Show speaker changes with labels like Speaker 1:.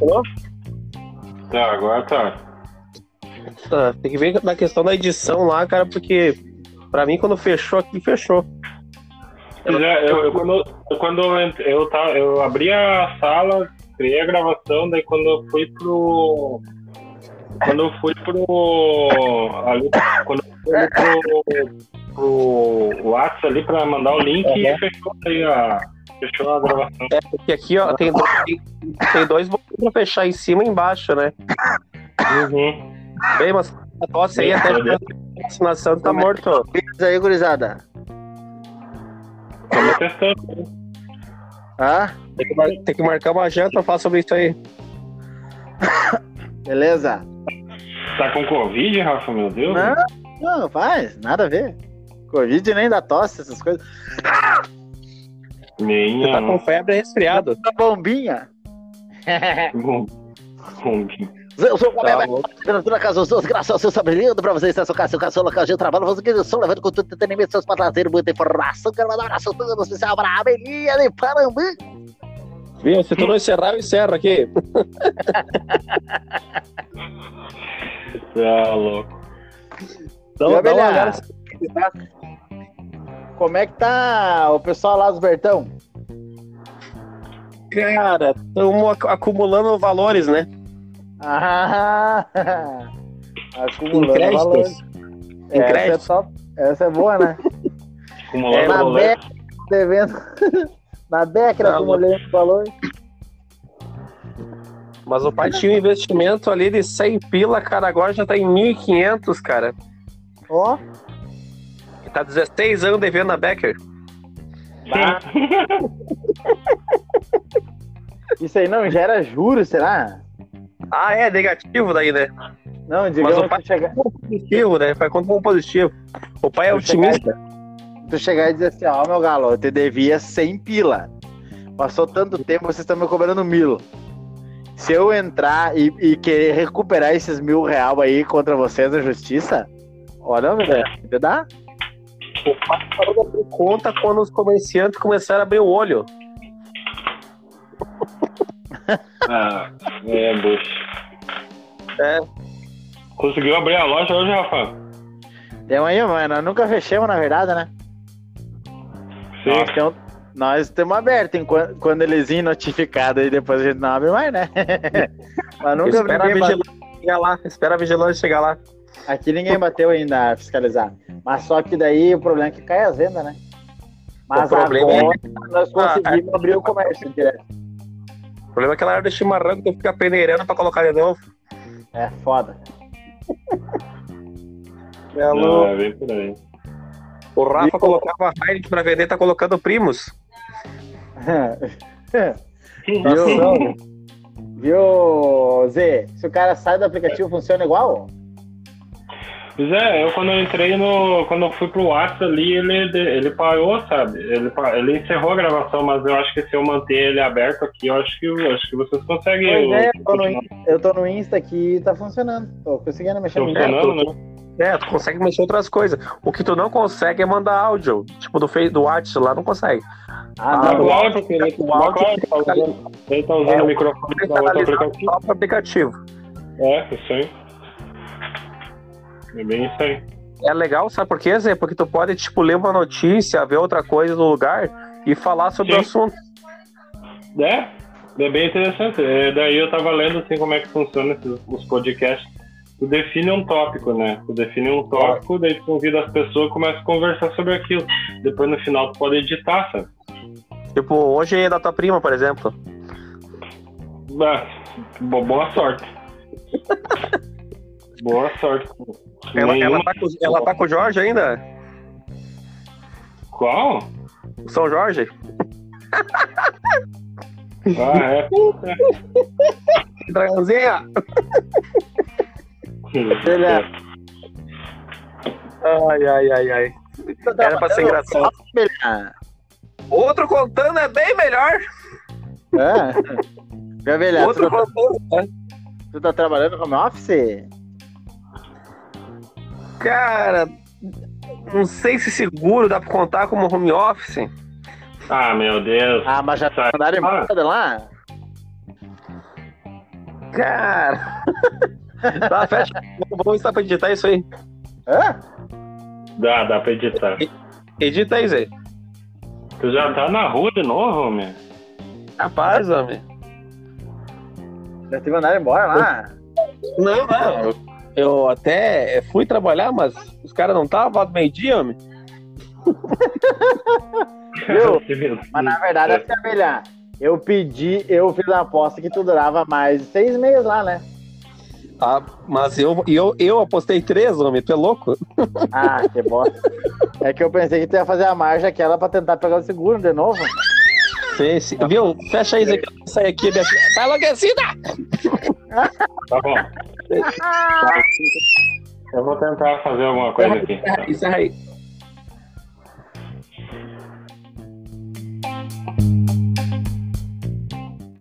Speaker 1: Alô?
Speaker 2: Tá, agora tá.
Speaker 1: Tá, tem que ver na questão da edição lá, cara, porque pra mim quando fechou aqui, fechou.
Speaker 2: Pois é, eu, eu quando, eu, quando eu, ent- eu, tava, eu abri a sala, criei a gravação, daí quando eu fui pro. Quando eu fui pro. Ali, quando eu fui pro, pro WhatsApp ali pra mandar o link,
Speaker 1: Aham.
Speaker 2: fechou aí a. Fechou a gravação.
Speaker 1: É, porque aqui, ó, tem dois, tem dois botões pra fechar em cima e embaixo, né?
Speaker 2: Uhum.
Speaker 1: Bem, mas a tosse aí até
Speaker 2: Meu
Speaker 1: a vacinação tá morto.
Speaker 3: Beleza aí, gurizada.
Speaker 2: Tamo testando.
Speaker 3: Tá?
Speaker 1: Tem que, mar- tem que marcar uma janta, falar sobre isso aí.
Speaker 3: Beleza?
Speaker 2: Tá com Covid, Rafa? Meu Deus.
Speaker 3: Não, não, faz, nada a ver. Covid nem dá tosse, essas coisas.
Speaker 1: Você
Speaker 2: Minha.
Speaker 1: tá com febre é resfriado.
Speaker 3: Da Tá bombinha. tá
Speaker 2: Bom, bom,
Speaker 3: Eu sou o
Speaker 1: Tá
Speaker 3: Comé,
Speaker 1: louco.
Speaker 3: Temperatura caso os seus graças ao seu saber lindo pra vocês, tá, seu caso, seu caso, seu local de trabalho, você que sou levando com todo entretenimento, seus parceiros, muita informação. Quero mandar um abraço todo especial para a Amelia de Parambu.
Speaker 1: Viu? Se tu não encerrar, eu encerro aqui.
Speaker 2: tá louco.
Speaker 1: Dá,
Speaker 3: Viu,
Speaker 1: dá uma
Speaker 3: Abelha?
Speaker 1: olhada se
Speaker 3: Como é que tá o pessoal lá dos Bertão?
Speaker 1: Cara, estamos acumulando valores, né?
Speaker 3: Ah,
Speaker 1: Em
Speaker 3: acumulando valores.
Speaker 1: créditos. Em
Speaker 3: Essa é
Speaker 1: créditos.
Speaker 3: top. Essa é boa, né?
Speaker 2: Acumulando
Speaker 1: É,
Speaker 3: Na
Speaker 2: rolê.
Speaker 3: Beck, devendo. Na Beck, né,
Speaker 1: Tá
Speaker 3: acumulando valor.
Speaker 1: Mas o pai tinha um investimento ali de 100 pila, cara, agora já tá em 1.500, cara.
Speaker 3: Ó,
Speaker 1: E Tá 16 anos devendo na Becker.
Speaker 3: tá. Isso aí não gera juros, será?
Speaker 1: Ah, é negativo daí, né?
Speaker 3: Não, digamos
Speaker 1: Mas o
Speaker 3: que
Speaker 1: pai-
Speaker 3: tu chegar,
Speaker 1: Positivo, né? Faz conta como positivo. O pai é
Speaker 3: Eu
Speaker 1: otimista.
Speaker 3: tu chegar e dizer assim, ó, meu galo, eu te devia 100 pila. Passou tanto tempo, vocês estão me cobrando mil. Se eu entrar e, e querer recuperar esses mil real aí contra vocês na justiça, olha, velho, ainda dá.
Speaker 1: O pai parou de abrir conta quando os comerciantes começaram a abrir o olho.
Speaker 2: Ah, é, bicho.
Speaker 1: É.
Speaker 2: Conseguiu abrir a loja hoje, Rafa?
Speaker 3: Deu um aí, mano, nós nunca fechamos, na verdade, né? Nós
Speaker 2: Sim.
Speaker 3: temos, nós temos aberto enquanto, quando eles iam notificados e depois a gente não abre mais, né? Mas nunca
Speaker 1: espera a
Speaker 3: ninguém bateu,
Speaker 1: vigilância chegar lá. Espera a vigilância chegar lá.
Speaker 3: aqui ninguém bateu ainda a fiscalizar. Mas só que daí o problema é que cai as vendas, né? Mas
Speaker 1: O problema é-
Speaker 3: agora nós conseguimos abrir o comércio direto.
Speaker 1: O problema é aquela área do chimarrão que tem que ficar peneirando pra colocar de novo.
Speaker 3: É foda.
Speaker 1: É
Speaker 2: Não,
Speaker 1: louco.
Speaker 2: é bem por aí.
Speaker 1: O Rafa colocava a Heineken pra vender, tá colocando primos.
Speaker 2: Tá
Speaker 3: Viu? Viu, Zê? Se o cara sai do aplicativo, funciona igual?
Speaker 2: Pois é, eu quando eu entrei no. Quando eu fui pro WhatsApp ali, ele, ele parou, sabe? Ele, pa- ele encerrou a gravação, mas eu acho que se eu manter ele aberto aqui, eu acho que, eu acho que vocês conseguem.
Speaker 3: Pois
Speaker 2: o-
Speaker 3: é, quando
Speaker 2: continuar
Speaker 3: Eu tô no Insta aqui e tá funcionando. Tô conseguindo mexer no Insta.
Speaker 2: funcionando, né?
Speaker 1: É, tu consegue mexer outras coisas. O que tu não consegue é mandar áudio. Tipo, do Face, do WhatsApp lá, não consegue.
Speaker 3: Ah,
Speaker 2: Mas
Speaker 1: Ah,
Speaker 3: não.
Speaker 2: o áudio, porque ele,
Speaker 1: O áudio
Speaker 2: mas claro, tá usando, ele tá usando
Speaker 1: É,
Speaker 2: o microfone
Speaker 1: Tem que
Speaker 2: da outra
Speaker 1: analisar
Speaker 2: aplicativo.
Speaker 1: só pro aplicativo.
Speaker 2: É, isso aí. É bem isso aí.
Speaker 1: É legal, sabe por quê, Zé? Porque tu pode, tipo, ler uma notícia, ver outra coisa no lugar e falar sobre o
Speaker 2: Sim.
Speaker 1: assunto.
Speaker 2: É, é bem interessante. É, daí eu tava lendo assim como é que funciona esses, os podcasts. Tu define um tópico, né? Tu define um tópico, daí tu convida as pessoas e começa a conversar sobre aquilo. Depois no final tu pode editar, sabe?
Speaker 1: Tipo, hoje é da tua prima, por exemplo.
Speaker 2: Ah, bo- boa sorte. boa sorte.
Speaker 1: Ela,
Speaker 2: Nenhuma-
Speaker 1: ela, tá com, ela tá com o Jorge ainda?
Speaker 2: Qual?
Speaker 1: O São Jorge?
Speaker 2: Ah, é.
Speaker 1: Dragãozinha!
Speaker 3: Ele
Speaker 1: Ai, ai, ai, ai. Era pra ser engraçado.
Speaker 3: Ah.
Speaker 1: tá, Outro contando é bem melhor.
Speaker 3: É. Viu, abelha,
Speaker 1: Outro
Speaker 3: tu, tá,
Speaker 1: contando.
Speaker 3: tu tá trabalhando home office?
Speaker 1: Cara, não sei se seguro dá pra contar como home office.
Speaker 2: Ah, meu Deus.
Speaker 3: Ah, mas já
Speaker 2: Sai.
Speaker 3: mandaram embora de lá?
Speaker 1: Cara! tá, fecha. Vamos estar pra editar isso aí.
Speaker 3: Hã?
Speaker 2: Dá, dá pra editar.
Speaker 1: Edita aí, Zé.
Speaker 2: Tu já tá na rua de novo, homem?
Speaker 1: Capaz, homem.
Speaker 3: Já te mandaram embora lá?
Speaker 1: Não, não. Eu, eu até fui trabalhar, mas os caras não estavam meio-dia, homem.
Speaker 3: Viu?
Speaker 2: Que beleza.
Speaker 3: Mas na verdade é pra melhor. Eu pedi, eu fiz a aposta que tu durava mais de seis meses lá, né?
Speaker 1: Ah, mas eu, eu, eu apostei três, homem. Tu é louco?
Speaker 3: Ah, que bosta. É que eu pensei que tu ia fazer a margem aquela pra tentar pegar o seguro de novo.
Speaker 1: Fez, sim. viu? Fecha aí, Zé. que eu vou Sair aqui, minha filha. Tá enlouquecida!
Speaker 2: Tá bom. Eu vou tentar fazer alguma coisa aqui. então.
Speaker 1: Isso aí.